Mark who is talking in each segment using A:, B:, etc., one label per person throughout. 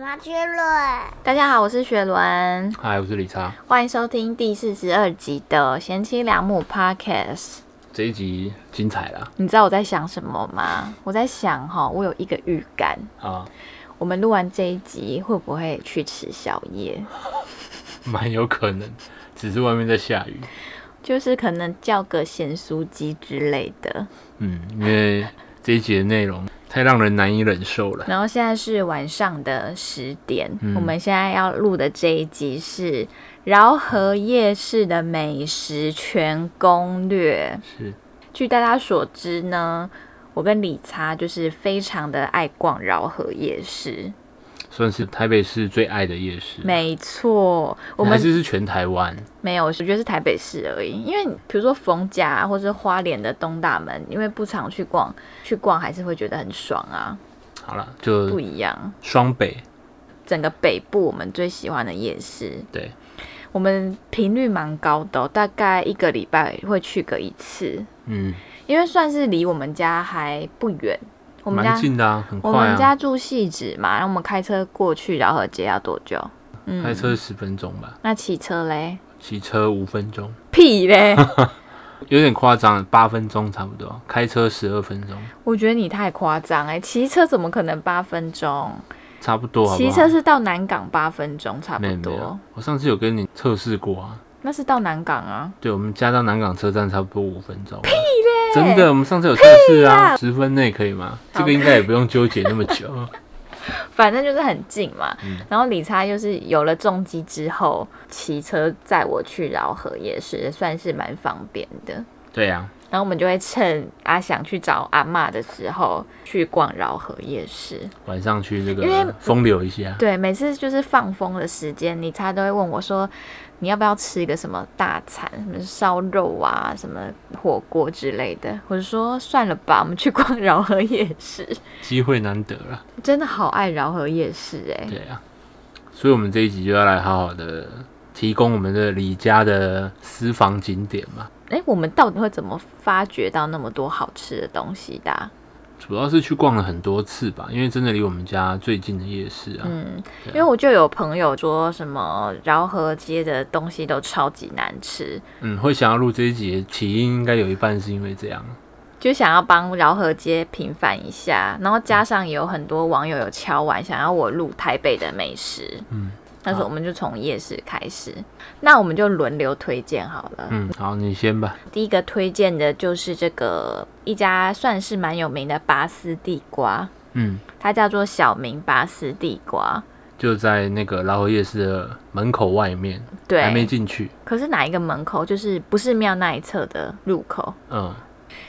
A: 马去了。
B: 大家好，我是雪伦，
C: 嗨，哎我是理查。
B: 欢迎收听第四十二集的《贤妻良母 Podcast》。
C: 这一集精彩啦！
B: 你知道我在想什么吗？我在想哈，我有一个预感，
C: 啊，
B: 我们录完这一集会不会去吃宵夜？
C: 蛮有可能，只是外面在下雨。
B: 就是可能叫个咸酥鸡之类的。
C: 嗯，因为这一集的内容太让人难以忍受了。
B: 然后现在是晚上的十点，
C: 嗯
B: 我们现在要录的这一集是饶河夜市的美食全攻略。
C: 是，
B: 据大家所知呢，我跟理查就是非常的爱逛饶河夜市。
C: 算是台北市最爱的夜市。
B: 没错，我
C: 嗯还
B: 们
C: 是是全台湾。
B: 没有，我觉得是台北市而已。因为比如说逢甲、啊、或是花莲的东大门，因为不常去逛，去逛还是会觉得很爽啊，
C: 好了，
B: 不
C: 就
B: 一样。
C: 双北。
B: 整个北部我们最喜欢的夜市，
C: 对，
B: 我们频率蛮高的哦、大概一个礼拜会去个一次，
C: 嗯，
B: 因为算是离我们家还不远。我们家
C: 蛮近的啊，很
B: 我
C: 快
B: 们
C: 啊，
B: 家住汐止嘛，然后我们开车过去饶河街要多久？
C: 开车十分钟吧，
B: 那骑车嘞？
C: 骑车五分钟，
B: 屁 嘞！
C: 有点夸张，八分钟差不多，开车十二分钟，
B: 我觉得你太夸张哎，骑车怎么可能八分钟？
C: 差不多好不
B: 骑
C: 好？
B: 车是到南港八分钟差
C: 没
B: 不
C: 有没有
B: 多，，
C: 我上次有跟你测试过啊。
B: 那是到南港啊。
C: 对，我们加到南港车站差不多五分钟。屁嘞！真的，我们上次有测试啊，十分内可以吗？
B: 好
C: 这个应该也不用纠结那么 久。
B: 反正就是很近嘛。
C: 嗯
B: 然后理查就是有了重机之后，骑车载我去饶河夜市，算是蛮方便的。
C: 对啊呀、
B: 然后我们就会趁阿翔去找阿嬷的时候去逛饶河夜市。
C: 晚上去那
B: 因为
C: 个风流一下，
B: 对，每次就是放风的时间，理查都会问我说：“你要不要吃一个什么大餐，什么烧肉啊，什么火锅之类的？”我就说：“算了吧，我们去逛 饶河夜市。
C: 机会难得了。”
B: 真的好爱饶河夜市哎、
C: 对呀、所以我们这一集就要来好好的提供我们的李家的私房景点嘛。
B: 哎，我们到底会怎么发掘到那么多好吃的东西的啊、
C: 主要是去逛了很多次吧，因为真的离我们家最近的夜市啊，
B: 嗯，因为我就有朋友说什么饶河街的东西都超级难吃，
C: 嗯，会想要录这一集，起因应该有一半是因为这样。
B: 就想要帮饶河街平反一下，然后加上也有很多网友有敲完想要我录台北的美食，
C: 嗯，
B: 但是我们就从夜市开始，那我们就轮流推荐好了。
C: 嗯，好，你先吧。
B: 第一个推荐的就是这个一家算是蛮有名的拔丝地瓜，
C: 嗯，
B: 它叫做小明拔丝地瓜。
C: 就在那个老河夜市的门口外面，
B: 对，
C: 还没进去。
B: 可是哪一个门口？就是不是庙那一侧的入口。
C: 嗯，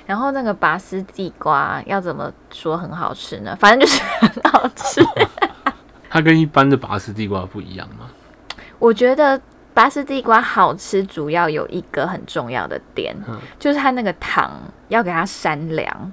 B: 然后那个拔丝地瓜要怎么说很好吃呢？反正就是很好吃。
C: 它跟一般的拔丝地瓜不一样嘛。
B: 我觉得拔丝地瓜好吃，主要有一个很重要的点，
C: 嗯
B: 就是它那个糖要给它善凉。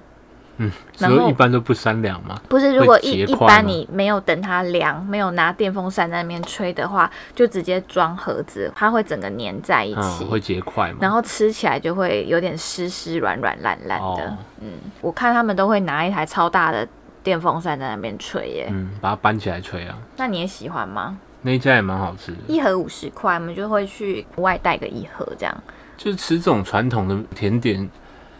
C: 嗯，所
B: 然后
C: 以一般都不三两嘛。
B: 不是，如果一
C: 会
B: 一
C: 结块
B: 般
C: 吗
B: 你没有等它凉，没有拿电风扇在那边吹的话，就直接装盒子，它会整个粘在一起。
C: 嗯，会结块嘛。
B: 然后吃起来就会有点湿湿软软烂烂的。
C: 哦
B: 嗯，我看他们都会拿一台超大的电风扇在那边吹耶。
C: 嗯，把它搬起来吹啊。
B: 那你也喜欢吗？
C: 那一家也蛮好吃的，
B: 一盒五十块，我们就会去国外带个一盒这样。
C: 就是吃这种传统的甜点，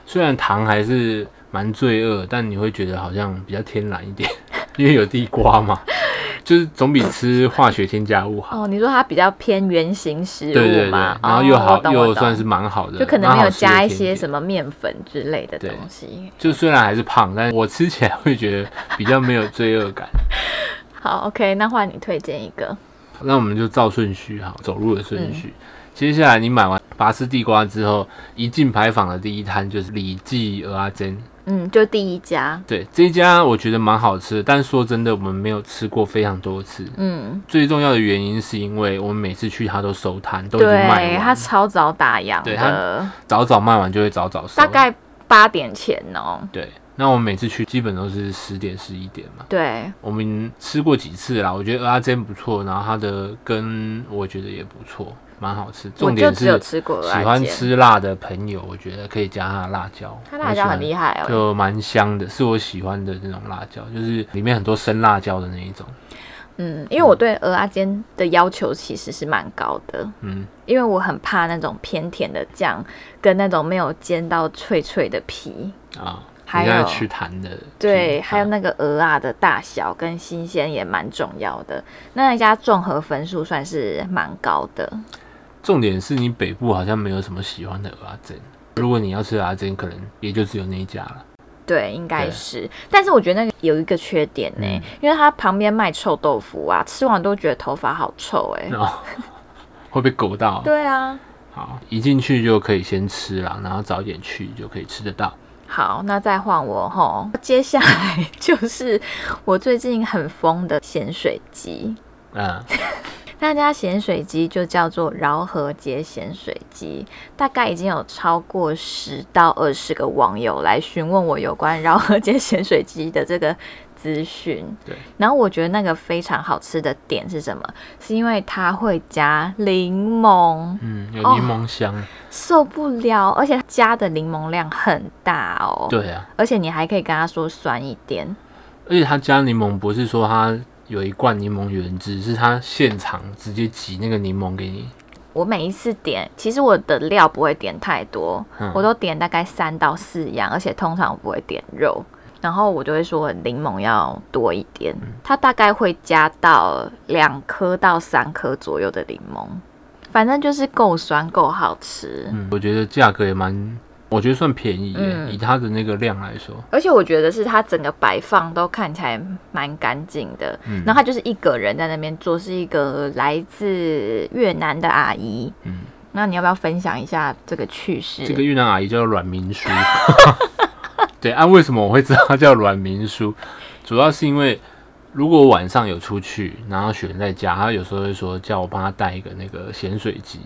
C: 虽然糖还是蛮罪恶，但你会觉得好像比较天 然一点，因为有地瓜嘛，就是总比吃化学添加物好。
B: 哦，你说它比较偏圆形食
C: 对对对，
B: 物嘛，
C: 然后又
B: 哦
C: 好、
B: 我懂我
C: 又
B: 懂
C: 算是蛮好的，
B: 就可能
C: 蛮
B: 没
C: 好
B: 有
C: 吃的
B: 加一
C: 甜
B: 些
C: 点
B: 什么面粉之类的
C: 对
B: 东西。
C: 就虽然还是胖，但我吃起来会觉得比较没有罪恶感。
B: 好，OK，那换你推荐一个。
C: 那我们就照顺序哈，走路的顺序。接下来你买完拔丝地瓜之后，一进牌坊的第一摊就是李记鹅阿啊珍。
B: 嗯，就第一家。
C: 对这一家我觉得蛮好吃的，但说真的，我们没有吃过非常多次。
B: 嗯，
C: 最重要的原因是因为我们每次去它都收摊，都已经卖
B: 对，它
C: 完，
B: 超早打烊
C: 对它
B: 的，
C: 早早卖完就会早早收。
B: 大概八点前哦、
C: 对。那我们每次去基本都是十点十一点嘛。
B: 对，
C: 我们吃过几次啦，我觉得阿珍不错，然后它的根我觉得也不错，蛮好吃。
B: 我
C: 重
B: 就
C: 点
B: 只有
C: 是
B: 吃过鹅
C: 喜
B: 阿
C: 欢
B: 煎，
C: 吃辣的朋友，我觉得可以加它的辣椒。
B: 它辣椒很厉
C: 害，
B: 害哦。
C: 就蛮香的，是我喜欢的那种辣椒，就是里面很多生辣椒的那一种。
B: 嗯，因为我对鹅阿煎的要求其实是蛮高的，
C: 嗯，
B: 因为我很怕那种偏甜的酱跟那种没有煎到脆脆的皮。
C: 啊，
B: 还
C: 你刚
B: 有
C: 才吃痰的皮，
B: 对，还有
C: 啊
B: 那个鹅啊的大小跟新鲜也蛮重要的。那一家综合分数算是蛮高的，
C: 重点是你北部好像没有什么喜欢的蚵仔煎，如果你要吃蚵仔煎，可能也就只有那一家了。
B: 对，应该
C: 对
B: 是。但是我觉得那个有一个缺点呢、
C: 嗯
B: 因为它旁边卖臭豆腐啊，吃完都觉得头发好臭哎、
C: 然后 会被狗到，
B: 对啊，
C: 好，一进去就可以先吃啦，然后早一点去就可以吃得到。
B: 好，那再换我吼。接下来 就是我最近很疯的咸水鸡，
C: 嗯，
B: 那家咸水鸡就叫做饶河街咸水鸡，大概已经有超过十到二十个网友来询问我有关饶河街咸水鸡的这个资讯。
C: 对，
B: 然后我觉得那个非常好吃的点是什么？是因为它会加柠檬，
C: 嗯，有
B: 哦
C: 柠檬香，
B: 受不了，而且它加的柠檬量很大哦。，
C: 对啊，
B: 而且你还可以跟他说酸一点。
C: 而且他加柠檬不是说他有一罐柠檬原汁，是他现场直接挤那个柠檬给你。
B: 我每一次点，其实我的料不会点太多，
C: 嗯
B: 我都点大概三到四样，而且通常我不会点肉。然后我就会说柠檬要多一点，
C: 嗯
B: 它大概会加到两颗到三颗左右的柠檬，反正就是够酸够好吃。
C: 嗯，我觉得价格也蛮，我觉得算便宜耶，
B: 嗯
C: 以它的那个量来说，
B: 而且我觉得是它整个摆放都看起来蛮干净的，
C: 嗯
B: 然后他就是一个人在那边做，是一个来自越南的阿姨。
C: 嗯
B: 那你要不要分享一下这个趣事？
C: 这个越南阿姨叫阮明书。 对啊，为什么我会知道她叫阮明书？主要是因为如果晚上有出去，然后雪人在家，她有时候会说叫我帮她带一个那个咸水鸡，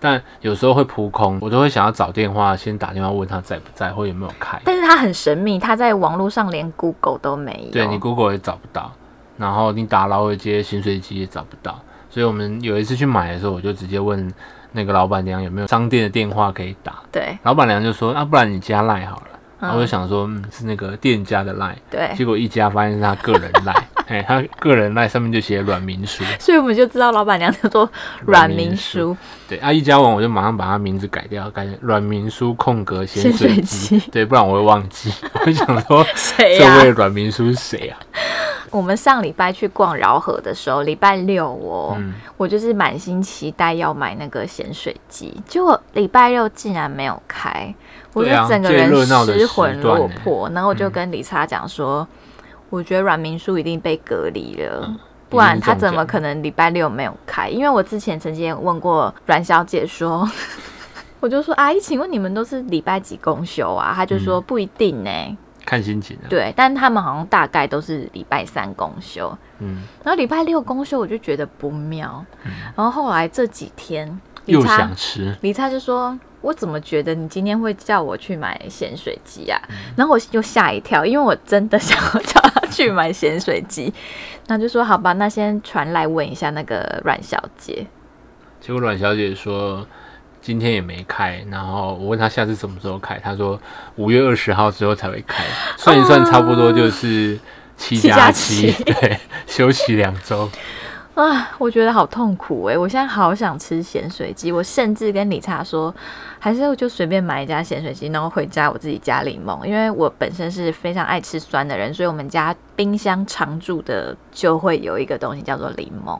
C: 但有时候会扑空，我都会想要找电话先打电话问她在不在或有没有开。
B: 但是他很神秘，他在网络上连 Google 都没有。
C: 对你 Google 也找不到，然后你打老尾街薪水机也找不到，所以我们有一次去买的时候，我就直接问那个老板娘有没有商店的电话可以打，
B: 对
C: 老板娘就说啊，不然你加赖好了。然后我就
B: 嗯哎
C: 想说，嗯，是那个店家的赖，
B: 对
C: 结果一加发现是他个人 赖，哎，他个人赖上面就写阮明书，
B: 所以我们就知道老板娘叫做阮
C: 阮
B: 明
C: 明
B: 书
C: 书，对，啊，一加完我就马上把他名字改掉，改成阮明书空格
B: 咸
C: 咸
B: 水
C: 水
B: 鸡
C: 鸡，对，不然我会忘 记，我就想说
B: 谁啊
C: 这
B: 呀、
C: 位阮明书是谁啊？
B: 我们上礼拜去逛饶河的时候，礼拜六哦，
C: 嗯
B: 我就是满心期待要买那个咸水鸡，结果礼拜六竟然没有开，我就
C: 对啊
B: 整个人
C: 最热闹的
B: 失魂
C: 时段欸嗯
B: 落魄。然后我就跟李查讲说，我觉得阮明书一定被隔离了。
C: 嗯
B: 不然他怎么可能礼拜六没有开？因为我之前曾经也问过阮小姐说， 我就说阿姨，请问你们都是礼拜几公休啊？她就
C: 嗯
B: 说不一定呢、
C: 看心情啊？
B: 对，但他们好像大概都是礼拜三公休。
C: 嗯，
B: 然后礼拜六公休，我就觉得不妙。然后后来这几天，李
C: 又
B: 叉
C: 想吃，
B: 李叉就说：“我怎么觉得你今天会叫我去买咸水鸡啊？”
C: 嗯
B: 然后我就吓一跳，因为我真的想要叫他去买咸水鸡。那就说：“好吧，那先传来问一下那个阮小姐。
C: 结果阮小姐说。今天也没开，然后我问她下次什么时候开，她说五月二十号之后才会开，算一算差不多就是七
B: 七加
C: 加七，
B: 七
C: 对，休息两周。”
B: 啊，我觉得好痛苦诶、欸我现在好想吃咸水鸡，我甚至跟李查说，还是我就随便买一家咸水鸡，然后回家我自己加柠檬，因为我本身是非常爱吃酸的人，所以我们家冰箱常驻的就会有一个东西叫做柠檬。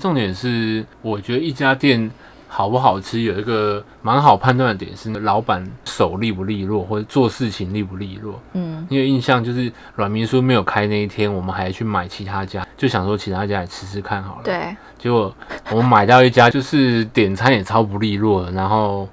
C: 重点是，我觉得一家店好不好吃，有一个蛮好判断的点是老板手利不利落，或者做事情利不利落。
B: 嗯，
C: 因为印象就是阮明书没有开那一天，我们还去买其他家，就想说其他家也吃吃看好了。，
B: 对，
C: 结果我们买到一家，就是点餐也超不利落的，然后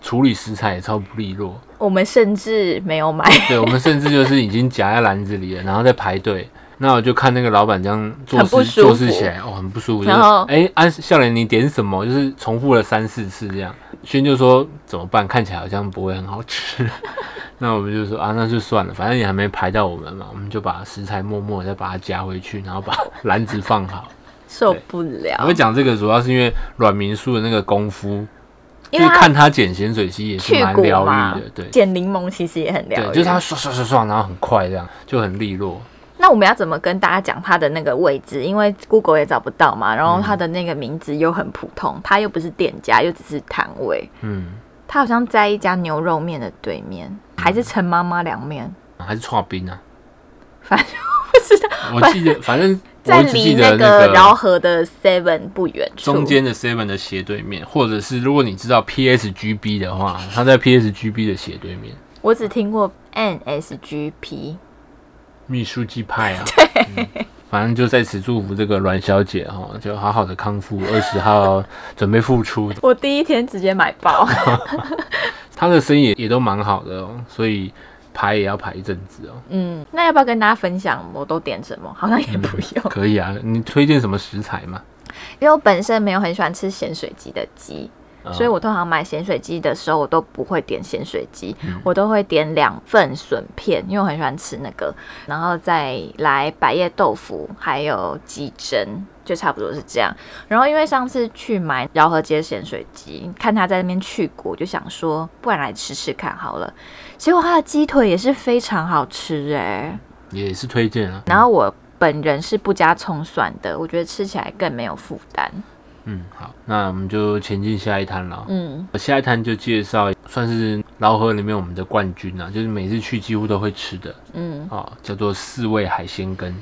C: 处理食材也超不利落。
B: 我们甚至没 有买，
C: 对，我们甚至就是已经夹在篮子里了，然后再排队。那我就看那个老板这样做
B: 很不
C: 事
B: 舒服
C: 做事起来，哦，很不舒服。就是
B: 然后
C: 哎，安、笑脸，你点什么？就是重复了三四次这样。轩就说怎么办？看起来好像不会很好吃。 那我们就说啊，那就算了，反正也还没排到我们嘛，我们就把食材默默地再把它夹回去，然后把篮子放好。
B: 受不了
C: 我，会讲这个主要是因为阮明素的那个功夫，就
B: 因为
C: 是
B: 他
C: 看他剪咸水鸡也是
B: 去
C: 蛮
B: 骨
C: 疗
B: 嘛
C: 愈的，对，
B: 捡柠檬其实也很疗
C: 对，
B: 愈，啊
C: 就是他刷刷刷刷，然后很快这样，就很利落。
B: 那我们要怎么跟大家讲它的那个位置？因为 Google 也找不到嘛，然
C: 嗯
B: 后它的那个名字又很普通，它又不是店家，又只是摊位。
C: 嗯，
B: 它好像在一家牛肉面的对面，还是陈妈妈凉面，
C: 还是串冰啊？
B: 反正我不知道，
C: 我 记得，反正
B: 在
C: 我只
B: 离
C: 记得
B: 个饶
C: 个
B: 河的 Seven 不远处。
C: 中间的 Seven 的斜对面，或者是如果你知道 PSGB 的话，它在 PSGB 的斜对面，
B: 我只听过 NSGP，
C: 秘书记派 啊。嗯反正就在此祝福这个阮小姐哈、哦，就好好的康复。二十号准备复出，
B: 我第一天直接买爆。
C: 她的生意也也都蛮好的哦，所以排也要排一阵子哦。
B: 嗯，那要不要跟大家分享我都点什么？好像
C: 嗯
B: 也不用，
C: 可以啊，你推荐什么食材吗？
B: 因为我本身没有很喜欢吃咸水鸡的鸡，
C: 嗯
B: 所以我通常买咸水鸡的时候，我都不会点咸水鸡，
C: 嗯
B: 我都会点两份笋片，因为我很喜欢吃那个，然后再来百叶豆腐，还有鸡胗，就差不多是这样。然后因为上次去买饶河街咸水鸡，看他在那边去过，就想说不然来吃吃看好了。结果他的鸡腿也是非常好吃哎、
C: 也是推荐啊。
B: 然后我本人是不加葱蒜的，我觉得吃起来更没有负担。
C: 嗯，好，那我们就前进下一摊了。哦
B: 嗯，
C: 下一摊就介绍算是老河里面我们的冠军啊，就是每次去几乎都会吃的
B: 嗯，
C: 哦，叫做四味海鲜羹。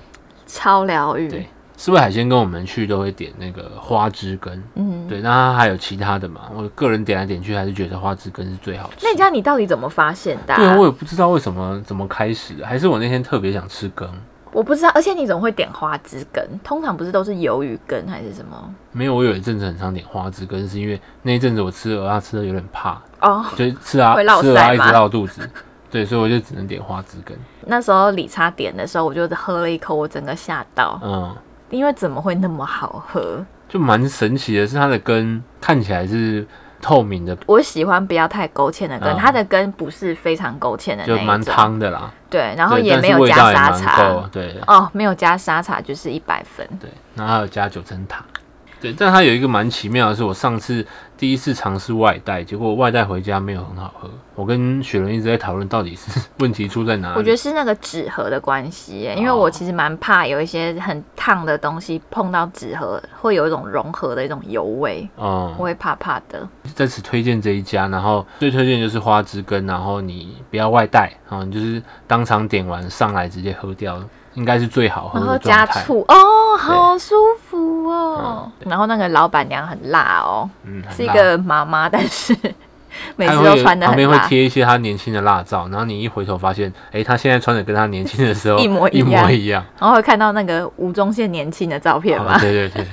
B: 超疗愈
C: 对。四味海鲜羹我们去都会点那个花枝羹。
B: 嗯，
C: 对，那它还有其他的嘛？我个人点来点去还是觉得花枝羹是最好吃
B: 那。你知道你到底怎么发现的啊、
C: 对啊，我也不知道为什么怎么开始的，还是我那天特别想吃羹，
B: 我不知道，而且你怎么会点花枝羹？通常不是都是鱿鱼羹还是什么？
C: 没有，我有一阵子很常点花枝羹，是因为那一阵子我吃鹅啊吃的有点怕，
B: 哦，
C: 就是吃啊
B: 会落
C: 吃鹅
B: 腮
C: 啊一直
B: 吗
C: 绕肚子， 对，所以我就只能点花枝羹。
B: 那时候理查点的时候，我就喝了一口，我整个吓到，
C: 嗯，
B: 因为怎么会那么好喝？
C: 就蛮神奇的，是它的根看起来是透明的，
B: 我喜欢不要太勾芡的羹，
C: 嗯
B: 它的羹不是非常勾芡的
C: 就
B: 那
C: 蛮
B: 一种，
C: 汤的啦，
B: 对，然后
C: 对
B: 也
C: 但
B: 没
C: 是
B: 有
C: 味
B: 加
C: 道也
B: 沙
C: 蛮
B: 茶
C: 够，，对
B: 哦，没有加沙茶就是一百分，
C: 对，然后还有加九层塔。对，但它有一个蛮奇妙的是，我上次第一次尝试外带，结果外带回家没有很好喝。我跟雪伦一直在讨论到底是 问题出在哪里。
B: 我觉得是那个纸盒的关系
C: 哦
B: 耶，因为我其实蛮怕有一些很烫的东西碰到纸盒，会有一种融合的一种油味，
C: 嗯，
B: 我会怕怕的。
C: 在此推荐这一家，然后最推荐就是花枝羹，然后你不要外带，哦，你就是当场点完上来直接喝掉，应该是最好喝
B: 然后
C: 的
B: 加
C: 状态。
B: 醋哦，好舒服哦。然后那个老板娘很辣哦，
C: 嗯，很
B: 是一
C: 辣
B: 个妈妈，但 是每
C: 他
B: 次
C: 会
B: 都穿的
C: 旁
B: 很
C: 边会
B: 辣。
C: 贴一些他年轻的辣照，然后你一回头发现，诶，他现在穿的跟他年轻的时候
B: 一模一
C: 一
B: 样
C: 模一样。
B: 然后会看到那个吴宗宪年轻的照片
C: 哦
B: 嘛，
C: 对对 对，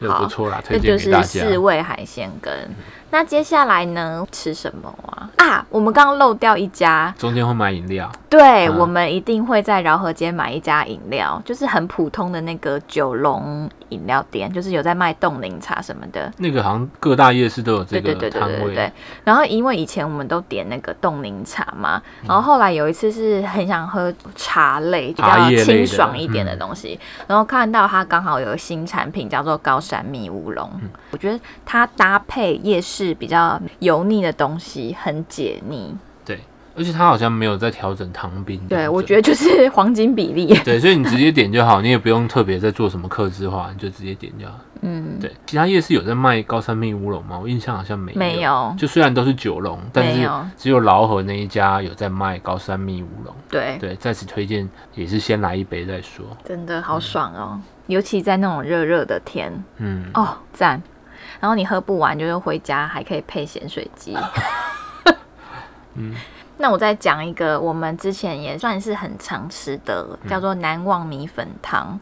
C: 对不错啦，
B: 这
C: 推
B: 就
C: 荐给
B: 是
C: 大家。嗯
B: 四味海鲜羹。那接下来呢，吃什么啊？啊，我们刚刚漏掉一家，
C: 中间会买饮料，
B: 对，
C: 嗯
B: 我们一定会在饶河街买一家饮料，就是很普通的那个九龙饮料店，就是有在卖冻柠茶什么的。
C: 那个好像各大夜市都有这
B: 对对
C: 个
B: 对对
C: 摊
B: 对对
C: 位
B: 对。。然后因为以前我们都点那个冻柠茶嘛，
C: 嗯
B: 然后后来有一次是很想喝茶类，比
C: 茶
B: 较
C: 叶类的
B: 清
C: 嗯
B: 爽一点的东西，然后看到它刚好有新产品叫做高山蜜乌龙，
C: 嗯
B: 我觉得它搭配夜市比较油腻的东西很解腻。
C: 对，而且他好像没有在调整糖冰。
B: 对，我觉得就是黄金比例。
C: 对，所以你直接点就好，你也不用特别再做什么克制化，你就直接点就好。
B: 嗯，
C: 对，其他夜市有在卖高山蜜乌龙吗？我印象好像没有。
B: 没有
C: 就虽然都是九龙，但
B: 没
C: 是
B: 有
C: 只有饶河那一家有在卖高山蜜乌龙。
B: 对。
C: 对，在此推荐也是先来一杯再说。
B: 真的好爽哦，尤其在那种热热的天
C: 嗯，
B: 哦，赞。然后你喝不完，就是回家还可以配咸水鸡。
C: 嗯
B: 那我再讲一个我们之前也算是很常吃的，叫做难忘米粉汤。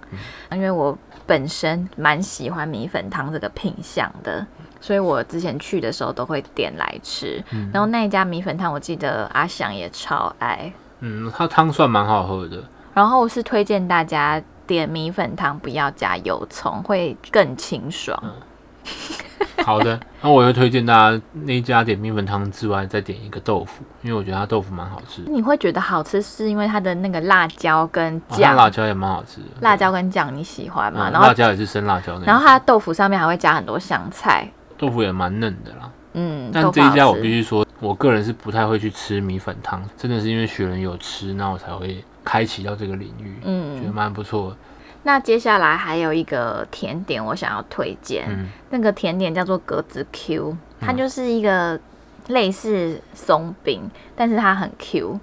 B: 因为我本身蛮喜欢米粉汤这个品相的，所以我之前去的时候都会点来吃。然后那一家米粉汤，我记得阿翔也超爱。
C: 嗯，它汤算蛮好喝的。
B: 然后是推荐大家点米粉汤，不要加油葱，会更清爽。
C: 好的，那我会推荐大家那一家点米粉汤之外，再点一个豆腐，因为我觉得它豆腐蛮好吃的，
B: 你会觉得好吃，是因为它的那个辣椒跟
C: 哦它
B: 酱，
C: 辣椒也蛮好吃的。
B: 辣椒跟酱你喜欢吗？
C: 嗯
B: 然
C: 辣
B: 后，
C: 椒也是生辣椒那种，
B: 然后它的豆腐上面还会加很多香菜，
C: 豆腐也蛮嫩的啦。
B: 嗯，
C: 但
B: 都
C: 这一
B: 不
C: 家
B: 好
C: 我
B: 吃
C: 必须说，我个人是不太会去吃米粉汤，真的是因为雪人有吃，那我才会开启到这个领域，觉得
B: 嗯，
C: 蛮不错的。
B: 那接下来还有一个甜点我想要推荐，
C: 嗯
B: 那个甜点叫做格子 Q，它就是一个类似松饼，但是它很 Q，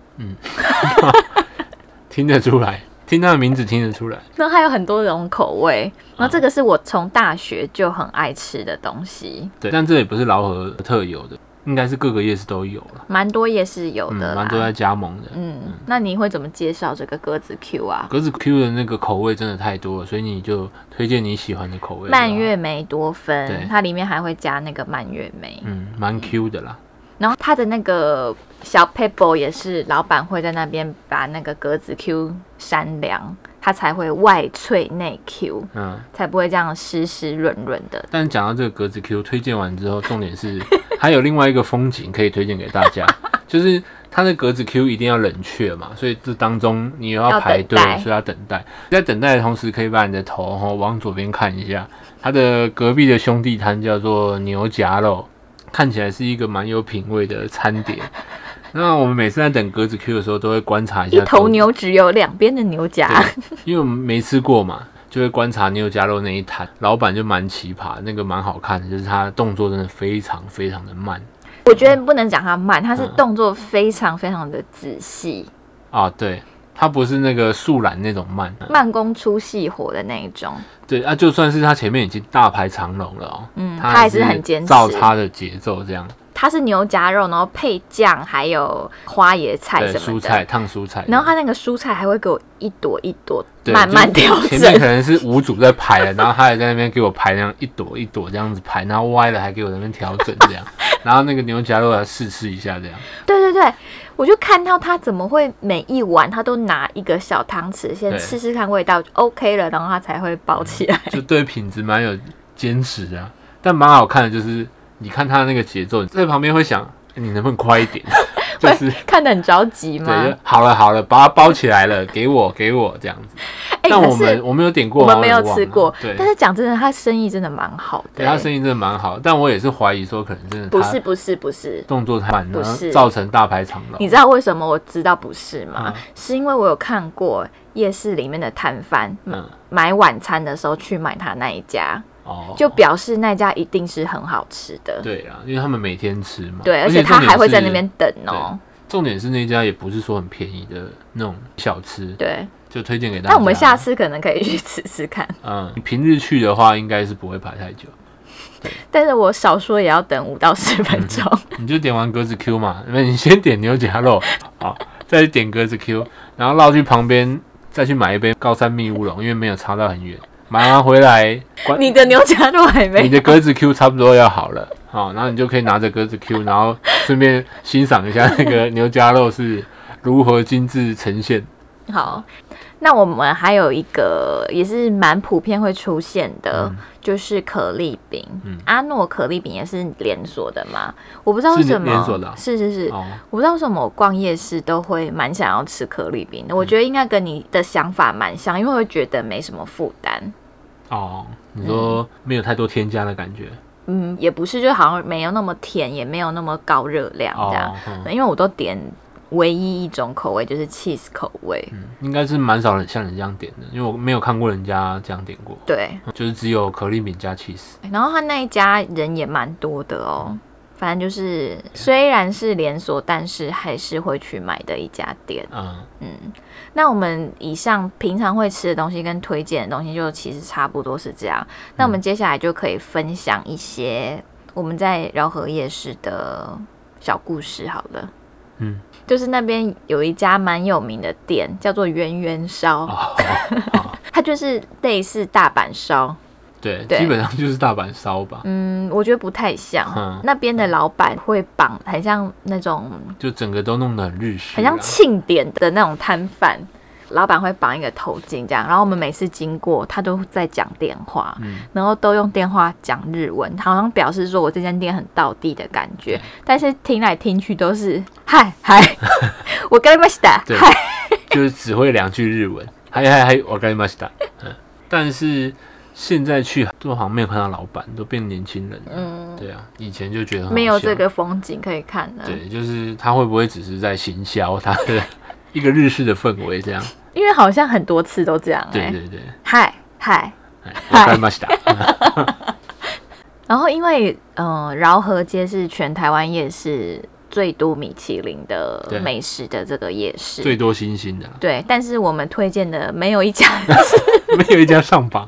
C: 听得出来，听他的名字听得出来。
B: 然后它有很多种口味，
C: 啊
B: 然后这个是我从大学就很爱吃的东西，
C: 对，但这也不是劳合特有的，应该是各个夜市都有了，
B: 蛮多也是有
C: 嗯，
B: 的啦
C: 蛮。多在加盟的。
B: 嗯，那你会怎么介绍这个鸽子 Q 啊？
C: 格子 Q 的那个口味真的太多了，所以你就推荐你喜欢的口味。
B: 蔓
C: 对吧，
B: 越莓多
C: 对
B: 酚，它里面还会加那个蔓越莓，
C: 嗯，蛮 Q 的啦。
B: 然后它的那个小 paper 也是老板会在那边把那个格子 Q 扇凉，它才会外脆内 Q，
C: 嗯，
B: 才不会这样湿湿润润的。
C: 但讲到这个格子 Q 推荐完之后，重 点是还有另外一个风景可以推荐给大家，就是它的格子 Q 一定要冷却嘛，所以这当中你又要
B: 要
C: 排队
B: 等待，
C: 所以要等待。在等待的同时，可以把你的头哦往左边看一下，它的隔壁的兄弟摊叫做牛夹肉，看起来是一个蛮有品味的 餐点。那我们每次在等格子 Q 的时候，都会观察一下
B: 一头
C: 隔壁
B: 牛只有两边的牛夹，
C: 因为我们没吃过嘛，就会观察牛夹肉那一摊，老板就蛮奇葩，那个蛮好看的，就是他动作真的非常非常的慢
B: 我觉得不能讲它慢，它是
C: 嗯
B: 动作非常非常的仔细，
C: 啊，对，他不是那个素懒那种慢，
B: 慢工出细活的那一种。
C: 对啊，就算是他前面已经大排长龙了哦，
B: 嗯，
C: 他
B: 它还是很坚持。
C: 照他的节奏这样，
B: 它是牛夹肉，然后配酱，还有花椰菜
C: 对，
B: 什么
C: 蔬
B: 的。
C: 菜烫蔬菜，
B: 然后它那个蔬菜还会给我一朵一朵
C: 对
B: 慢慢
C: 就是
B: 调
C: 前面可
B: 整，
C: 能是五组在排了，然后他也在那边给我排那样一朵一朵这样子排，然后歪了还给我在那边调整这样，然后那个牛夹肉来试吃一下这样。
B: 对对对，我就看到他怎么会每一碗他都拿一个小汤匙先
C: 对
B: 试试看味道 OK 了，然后他才会包起来。
C: 就对品质蛮有坚持的啊、但蛮好看的，就是你看他那个节奏，在旁边会想、欸你能不能快一点， 就是。
B: 看得很着急
C: 对，
B: 吗
C: 就？好了好了，把它包起来了，给我给我这样子。
B: 哎、
C: 但
B: 可
C: 我们
B: 是
C: 我没有点过
B: 我
C: 吗，
B: 们没有
C: 点忘
B: 吃
C: 了
B: 过，
C: 对
B: 但，是讲真的，他生意真的蛮好的、
C: 对他生意真的蛮好，但我也是怀疑说，可能真的
B: 不
C: 他
B: 是不是不是。
C: 动作太慢，
B: 不
C: 然后
B: 是
C: 造成大排长龙
B: 你。知道为什么我知道不是吗？
C: 哦嗯
B: 是因为我有看过夜市里面的摊贩、
C: 嗯，
B: 买晚餐的时候去买他那一家，
C: 哦，
B: 就表示那家一定是很好吃的。
C: 对啊，因为他们每天吃嘛，
B: 对，而且他
C: 重点
B: 还会
C: 是
B: 在那边。等哦。
C: 重点是那家也不是说很便宜的那种小吃，
B: 对，
C: 就推荐给大家。
B: 那我们下次可能可以去吃吃看，
C: 嗯，平日去的话应该是不会排太久，
B: 但是我少说也要等五到十分钟。
C: 你就点完格子 Q 嘛，那你先点牛夹肉， 好，再点格子 Q，然后绕去旁边再去买一杯高山蜜乌龙，因为没有差到很远。买完回来，关
B: 你的牛夹肉还
C: 你
B: 没，
C: 的格子 Q 差不多要好了，好，然后你就可以拿着格子 Q，然后顺便欣赏一下那个牛夹肉是如何精致呈现。
B: 好。那我们还有一个也是蛮普遍会出现的，
C: 嗯
B: 就是可丽饼。阿诺可丽饼也是连锁的嘛？我不知道为
C: 是
B: 什么
C: 连锁的啊
B: 是是是，
C: 哦，
B: 我不知道为什么我逛夜市都会蛮想要吃可丽
C: 嗯
B: 饼的。我觉得应该跟你的想法蛮像，因为会觉得没什么负担。
C: 哦，你说没有太多添加的感觉，
B: 嗯，也不是，就好像没有那么甜，也没有那么高热量这样
C: 哦。，嗯
B: 因为我都点唯一一种口味，就是 cheese 口味。
C: 应该是蛮少人像你这样点的，因为我没有看过人家这样点过，
B: 对，
C: 就是只有可丽饼加 cheese。
B: 然后他那一家人也蛮多的哦。反正就是，虽然是连锁，但是还是会去买的一家店。
C: 嗯，
B: 那我们以上平常会吃的东西跟推荐的东西，就其实差不多是这样。那我们接下来就可以分享一些我们在饶河夜市的小故事，好了。
C: 嗯，
B: 就是那边有一家蛮有名的店，叫做圆圆烧，
C: 哦，
B: 它就是类似大阪烧，
C: 对，
B: 对
C: 基本上就是大阪烧吧，
B: 嗯，我觉得不太像。
C: 嗯
B: 那边的老板会绑很像那种
C: 就整个都弄得很日式啊，
B: 很像庆典的那种摊贩，老板会绑一个头巾这样，然后我们每次经过，他都在讲电话，
C: 嗯
B: 然后都用电话讲日文，好像表示说我这间店很道地的感觉，但是听来听去都是嗨嗨， 我跟ました
C: 对
B: 嗨，
C: 就是只会两句日文，还还还我干嘛去打？嗯，但是。现在去都好像没有看到老板，都变年轻人了。
B: 嗯，
C: 对啊，以前就觉得很好
B: 没有
C: 笑
B: 这。个风景可以看了。
C: 对，就是他会不会只是在行销他的 一个日式的氛围这样？
B: 因为好像很多次都这样哎、
C: 对对对，
B: 嗨嗨，
C: 哎わかり ました。
B: 然后因为嗯、呃饶河街是全台湾夜市最多米其林的
C: 对
B: 美食的这个夜市，
C: 最多星星的啦，
B: 对，但是我们推荐的没有一家是
C: 没有一家上榜。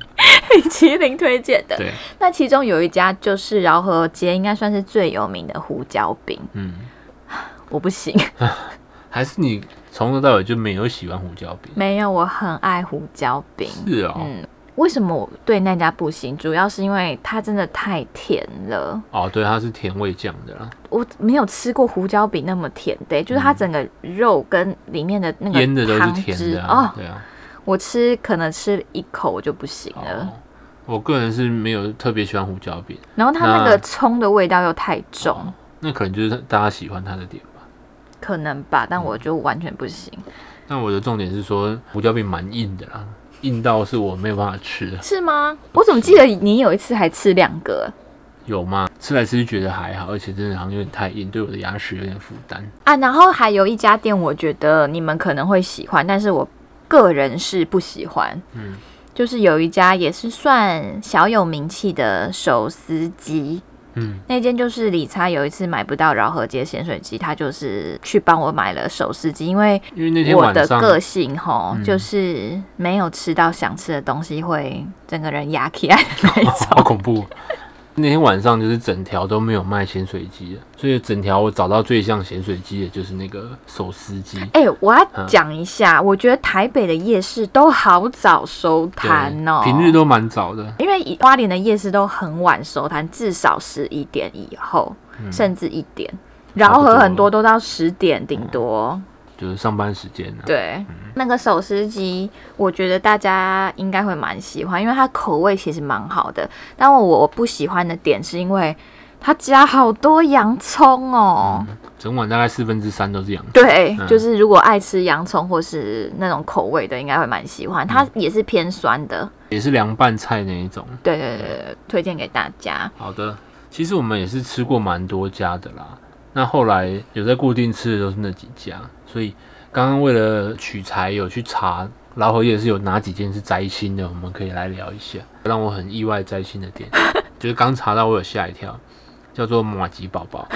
B: 米其林推荐的。
C: 对，
B: 那其中有一家就是饶河街，应该算是最有名的胡椒饼，
C: 嗯，
B: 我不行，
C: 还是你从头到尾就没有喜欢胡椒饼？
B: 没有，我很爱胡椒饼。
C: 是哦，
B: 嗯，为什么我对那家不行？主要是因为它真的太甜了，
C: 哦，对，它是甜味酱的啦，
B: 我没有吃过胡椒饼那么甜的、欸就是它整个肉跟里面的那个
C: 嗯腌的都是
B: 汤
C: 甜
B: 汁
C: 的啊，
B: 哦，
C: 对啊。
B: 我吃可能吃一口我就不行了。
C: 哦，我个人是没有特别喜欢胡椒饼，
B: 然后它那
C: 那
B: 个葱的味道又太重，
C: 哦那可能就是大家喜欢它的点吧。
B: 可能吧，
C: 嗯
B: 但我就完全不行。
C: 但我的重点是说，胡椒饼蛮硬的啦，硬到是我没有办法吃的，
B: 是吗？我怎么记得你有一次还吃两个
C: 有吗？吃来吃去觉得还好，而且真的好像有点太硬，对我的牙齿有点负担。
B: 啊？然后还有一家店，我觉得你们可能会喜欢，但是我个人是不喜欢。
C: 嗯，
B: 就是有一家也是算小有名气的手撕鸡，
C: 嗯，
B: 那间就是理查有一次买不到饶河街咸水鸡，他就是去帮我买了手撕鸡，因为
C: 因为那天
B: 我
C: 晚
B: 的
C: 上
B: 个性吼，
C: 嗯
B: 就是没有吃到想吃的东西，会整个人压 起来的那一种。
C: 好恐怖。那天晚上就是整条都没有卖咸水鸡的，所以整条我找到最像咸水鸡的就是那个手撕鸡。
B: 哎、我
C: 嗯
B: 要讲一下，我觉得台北的夜市都好早收
C: 对
B: 摊哦，
C: 平日都蛮早的，
B: 因为以花莲的夜市都很晚收摊，至少十一点以后，甚至一点。
C: 嗯差
B: 饶
C: 不多
B: 河很多都到十点顶多，
C: 就是上班时间啊。
B: 对，那个手撕鸡，我觉得大家应该会蛮喜欢，因为它口味其实蛮好的。但我我不喜欢的点是因为它加好多洋葱哦。
C: 整晚大概四分之三都是羊。
B: 对，
C: 嗯
B: 就是如果爱吃洋葱或是那种口味的，应该会蛮喜欢。它也是偏酸的，
C: 也是凉拌菜那一种。
B: 对对对对，推荐给大家。
C: 好的，其实我们也是吃过蛮多家的啦。那后来有在固定吃的都是那几家，所以刚刚为了取材有去查老河夜市有哪几间是摘星的，我们可以来聊一下。让我很意外摘星的 店，就是刚查到我有吓一跳，叫做马吉宝宝。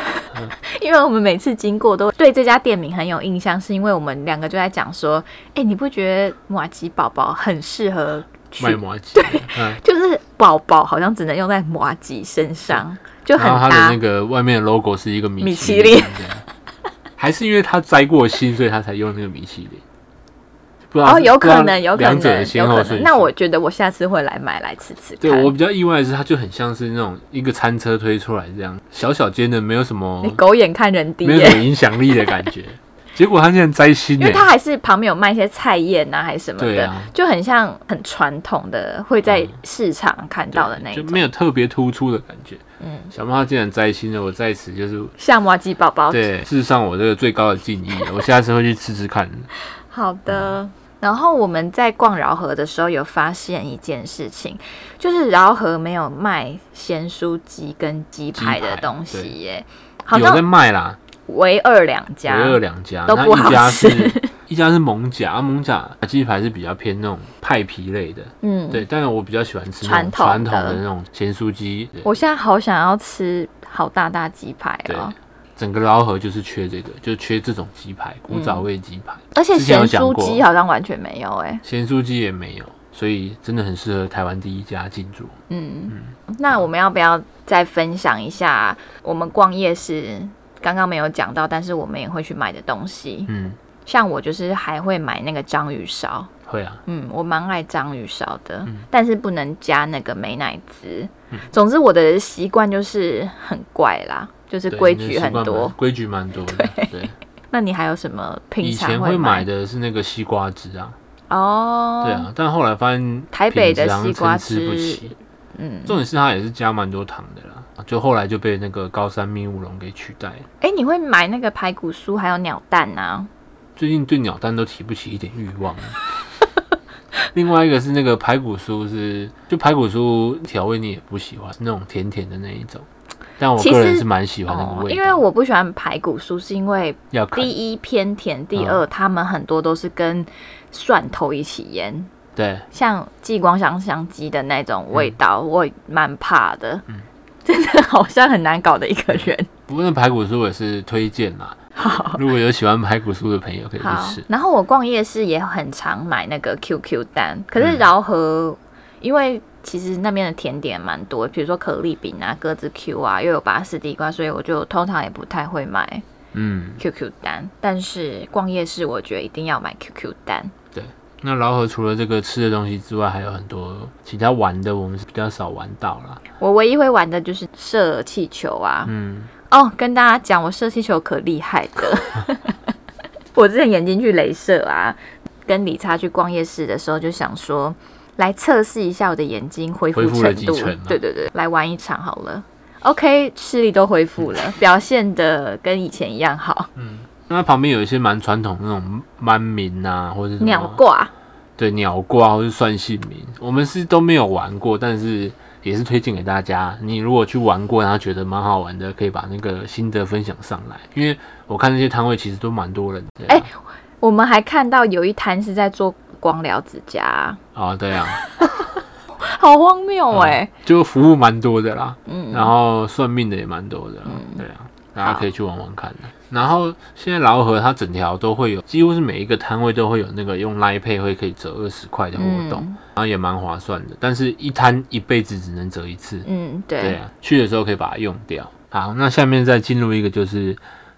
B: 因为我们每次经过都对这家店名很有印象，是因为我们两个就在讲说，哎，你不觉得马吉宝宝很适合去
C: 卖马吉，嗯，
B: 就是宝宝好像只能用在马吉身上，就很
C: 然后它
B: 搭
C: 的那。个外面的 logo 是一个米
B: 米
C: 其
B: 其
C: 林
B: 林，
C: 还是因为他摘过心，所以他才用那个米其林。不知道
B: 哦，
C: 是
B: 有
C: 不知道
B: 可能，有可
C: 两者
B: 能
C: 的，先
B: 有
C: 后
B: 可
C: 顺
B: 能。
C: 序。
B: 那我觉得我下次会来买来吃吃看。
C: 对我比较意外的是，它就很像是那种一个餐车推出来这样，小小间的，没有什么
B: 你狗眼看人低
C: 没有
B: 耶
C: 什，么影响力的感觉。 结果他竟然摘心
B: 因
C: 呢
B: 为，它还是旁边有卖一些菜叶呐、还是什么
C: 对
B: 的，
C: 啊
B: 就很像很传统的，会在市场看到的那
C: 就
B: 一
C: 没
B: 种。
C: 有特别突出的感觉。
B: 嗯，
C: 想不到他竟然摘心了，我在此就是
B: 像麻吉宝宝。
C: 对致上我这个最高的 敬意，我下次会去吃吃看。
B: 好的。然后我们在逛饶河的时候，有发现一件事情，就是饶河没有卖咸酥鸡跟鸡排的
C: 鸡排
B: 东西耶，好
C: 有在
B: 像
C: 卖啦，
B: 唯二两
C: 有
B: 家，
C: 二两家，
B: 都
C: 那
B: 不好
C: 一家
B: 吃
C: 是 一家是蒙甲，啊蒙甲鸡排是比较偏那种派皮类的，
B: 嗯，
C: 对，但是我比较喜欢吃那
B: 传
C: 种
B: 统
C: 传统
B: 的
C: 的那种咸酥鸡，对
B: 我现在好想要吃好大大鸡排
C: 对
B: 哦，，
C: 整个捞河就是缺这个，就缺这种鸡
B: 嗯
C: 排，古早味鸡排，
B: 而且
C: 之前有
B: 咸
C: 讲
B: 酥
C: 过
B: 鸡好像完全没有哎、
C: 咸酥鸡也没有，所以真的很适合台湾第一家进驻。
B: 嗯，那我们要不要再分享一下我们逛夜市刚刚没有讲到，但是我们也会去买的东西？
C: 嗯，
B: 像我就是还会买那个章鱼烧，
C: 会啊，
B: 嗯，我蛮爱章鱼烧的，
C: 嗯
B: 但是不能加那个美乃滋。总之我的习惯就是很怪啦，就是
C: 对
B: 规
C: 那
B: 矩
C: 习
B: 很
C: 惯
B: 多
C: 蛮。规矩蛮多的。对，
B: 那你还有什么 平
C: 以
B: 常
C: 前会买
B: 买
C: 的是那个西瓜汁啊，
B: 哦？
C: 对啊，但后来发现
B: 台北的
C: 品质好像
B: 西瓜
C: 参差不齐。
B: 嗯，
C: 重点是它也是加蛮多糖的啦，就后来就被那个高山蜜乌龙给取代了。
B: 哎、你会买那个排骨酥还有鸟蛋啊？
C: 最近对鸟蛋都提不起一点欲望了， 另外一个是那个排骨酥是，就排骨酥调味你也不喜欢，是那种甜甜的那一种。但我
B: 其
C: 个人
B: 实
C: 是蛮喜欢啊那个
B: 哦，
C: 味道，
B: 因为我不喜欢排骨酥，是因为
C: 要看
B: 第一偏甜，第二他们很多都是跟蒜头一起腌，
C: 对，
B: 像继光香香鸡的那种味道，
C: 嗯
B: 我也蛮怕的。 真的好像很难搞的一个人。
C: 不过那排骨酥也是推荐啦。
B: 好，
C: 如果有喜欢排骨酥的朋友可以去
B: 好
C: 吃。。
B: 然后我逛夜市也很常买那个 QQ 蛋，可是饶河、因为其实那边的甜点蛮多，比如说可丽饼啊、鸽子 Q 啊，又有巴士地瓜，所以我就通常也不太会买
C: 嗯，
B: QQ 蛋。但是逛夜市，我觉得一定要买 QQ 蛋。
C: 那老何除了这个吃的东西之外，还有很多其他玩的，我们是比较少玩到啦。
B: 我唯一会玩的就是射气球啊，
C: 嗯，
B: 哦，跟大家讲，我射气球可厉害的。 我之前眼睛去镭射啊，跟李叉去逛夜市的时候，就想说来测试一下我的眼睛恢复
C: 恢复了
B: 程
C: 几
B: 度。
C: 成啊
B: 对对对，来玩一场好了。OK，视力都恢复了，表现的跟以前一样好。
C: 那旁边有一些蛮传统的那种蛮名啊，或者是什么
B: 鸟挂，
C: 对鸟卦或是算姓名，我们是都没有玩过，但是也是推荐给大家。你如果去玩过，然后觉得蛮好玩的，可以把那个心得分享上来。因为我看那些摊位其实都蛮多人的。
B: 哎我们还看到有一摊是在做光疗指甲啊，
C: 啊、对啊，
B: 好荒谬哎、
C: 就服务蛮多的啦，
B: 嗯
C: 然后算命的也蛮多的啦，对啊，大家可以去玩玩看的。然后现在劳合它整条都会有，几乎是每一个摊位都会有那个用 Line Pay 会可以折二十块的活动，
B: 嗯
C: 然后也蛮划算的。但是一摊一辈子只能折一次，
B: 嗯，对，
C: 对啊，去的时候可以把它用掉。好，那下面再进入一个就是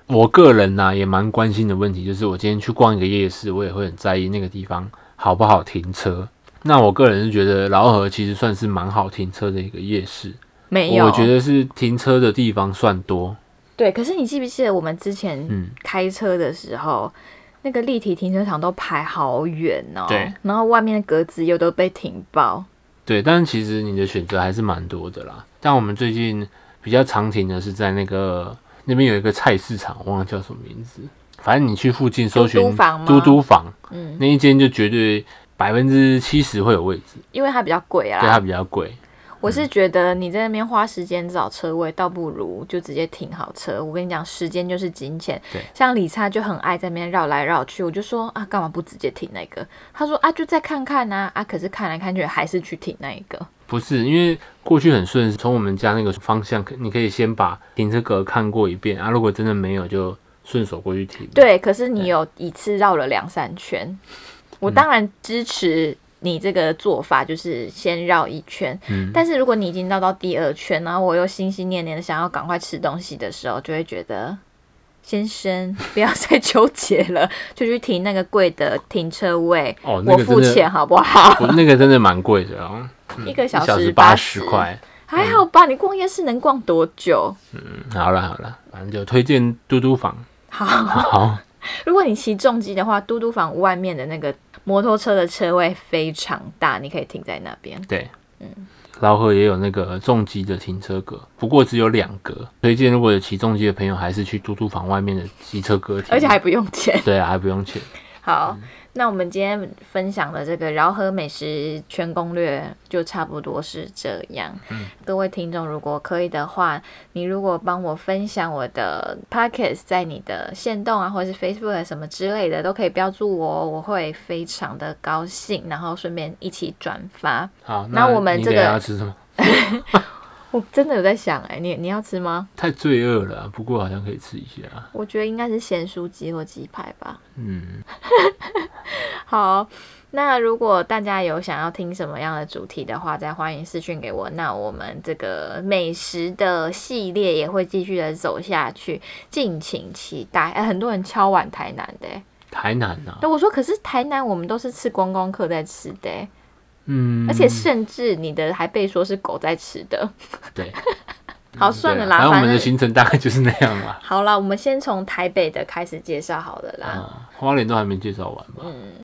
C: 我个人呢、也蛮关心的问题，就是我今天去逛一个夜市，我也会很在意那个地方好不好停车。那我个人是觉得饶河其实算是蛮好停车的一个夜市，
B: 没有，
C: 我觉得是停车的地方算多。
B: 对。可是你记不记得我们之前
C: 嗯，
B: 开车的时候，那个立体停车场都排好远哦。
C: 对。
B: 然后外面的格子又都被停爆。
C: 对，但是其实你的选择还是蛮多的啦。但我们最近比较常停的是在那个那边有一个菜市场，我忘了叫什么名字，反正你去附近搜寻
B: 嘟嘟房吗
C: 嘟嘟房
B: 嗯，
C: 那一间就绝对百分之七十会有位置，
B: 因为它比较贵
C: 对它
B: 啦。
C: 嗯比较贵。
B: 我是觉得你在那边花时间找车位，倒不如就直接停好车。我跟你讲，时间就是金钱
C: 对。
B: 像李差就很爱在那边绕来绕去，我就说啊，干嘛不直接停那个？他说啊，就再看看呐、啊。啊，可是看来看去还是去停那一个。
C: 不是因为过去很顺，从我们家那个方向，你可以先把停车格看过一遍啊。如果真的没有，就顺手过去停。，
B: 对，可是你有一次绕了两三圈，
C: 嗯
B: 我当然支持你这个做法，就是先绕一圈。
C: 嗯
B: 但是如果你已经绕到第二圈，然后我又心心念念的想要赶快吃东西的时候，就会觉得。先生，不要再纠结了，就去停那个贵的停车位，
C: 哦那个
B: 我付
C: 真的
B: 钱好不好？
C: 我那个真的蛮贵的哦，
B: 一个
C: 一小
B: 时
C: 时
B: 八
C: 八十，块。
B: 还好吧？你逛夜市能逛多久？
C: 好了好了，反正就推荐嘟嘟房。
B: 好，
C: 好，
B: 如果你骑重机的话，嘟嘟房外面的那个摩托车的车位非常大，你可以停在那边。
C: 对，老何也有那个重机的停车格，不过只有两格。推荐如果有骑重机的朋友，还是去嘟嘟房外面的机车格停。
B: 而且还不用钱。
C: 对啊，还不用钱。
B: 好，那我们今天分享的这个饶河美食全攻略就差不多是这样。各位听众，如果可以的话，你如果帮我分享我的 podcast 在你的线动啊，或者是 Facebook 什么之类的，都可以标注我，我会非常的高兴，然后顺便一起转发。
C: 好，
B: 那我们
C: 你
B: 这
C: 等一下
B: 个
C: 要吃什么？
B: 我哦真的有在想、哎，你你要吃吗？
C: 太罪恶了啊、不过好像可以吃一下啊。
B: 我觉得应该是咸酥鸡或鸡排吧。
C: 嗯，
B: 好，那如果大家有想要听什么样的主题的话，再欢迎私讯给我。那我们这个美食的系列也会继续的走下去，敬请期待。哎、很多人敲碗台南的、欸，
C: 台南呐、啊，
B: 那我说可是台南我们都是吃观光客在吃的、欸，
C: 嗯，
B: 而且甚至你的还被说是狗在吃的。
C: 对，
B: 好， 算了
C: 对
B: 啦，
C: 啊反正
B: 反
C: 我们
B: 正
C: 的行程大概就是那样啦。
B: 好啦，我们先从台北的开始介绍好了啦。
C: 啊，花莲都还没介绍完吧？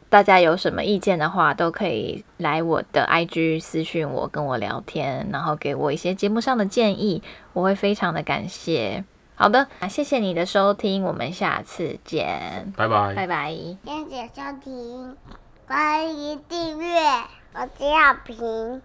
B: 大家有什么意见的话，都可以来我的 IG 私讯我，跟我聊天，然后给我一些节目上的建议，我会非常的感谢。好的，那谢谢你的收听，我们下次见，
C: 拜拜。
B: 拜拜。
A: 谢谢收听，欢迎订阅我是小平。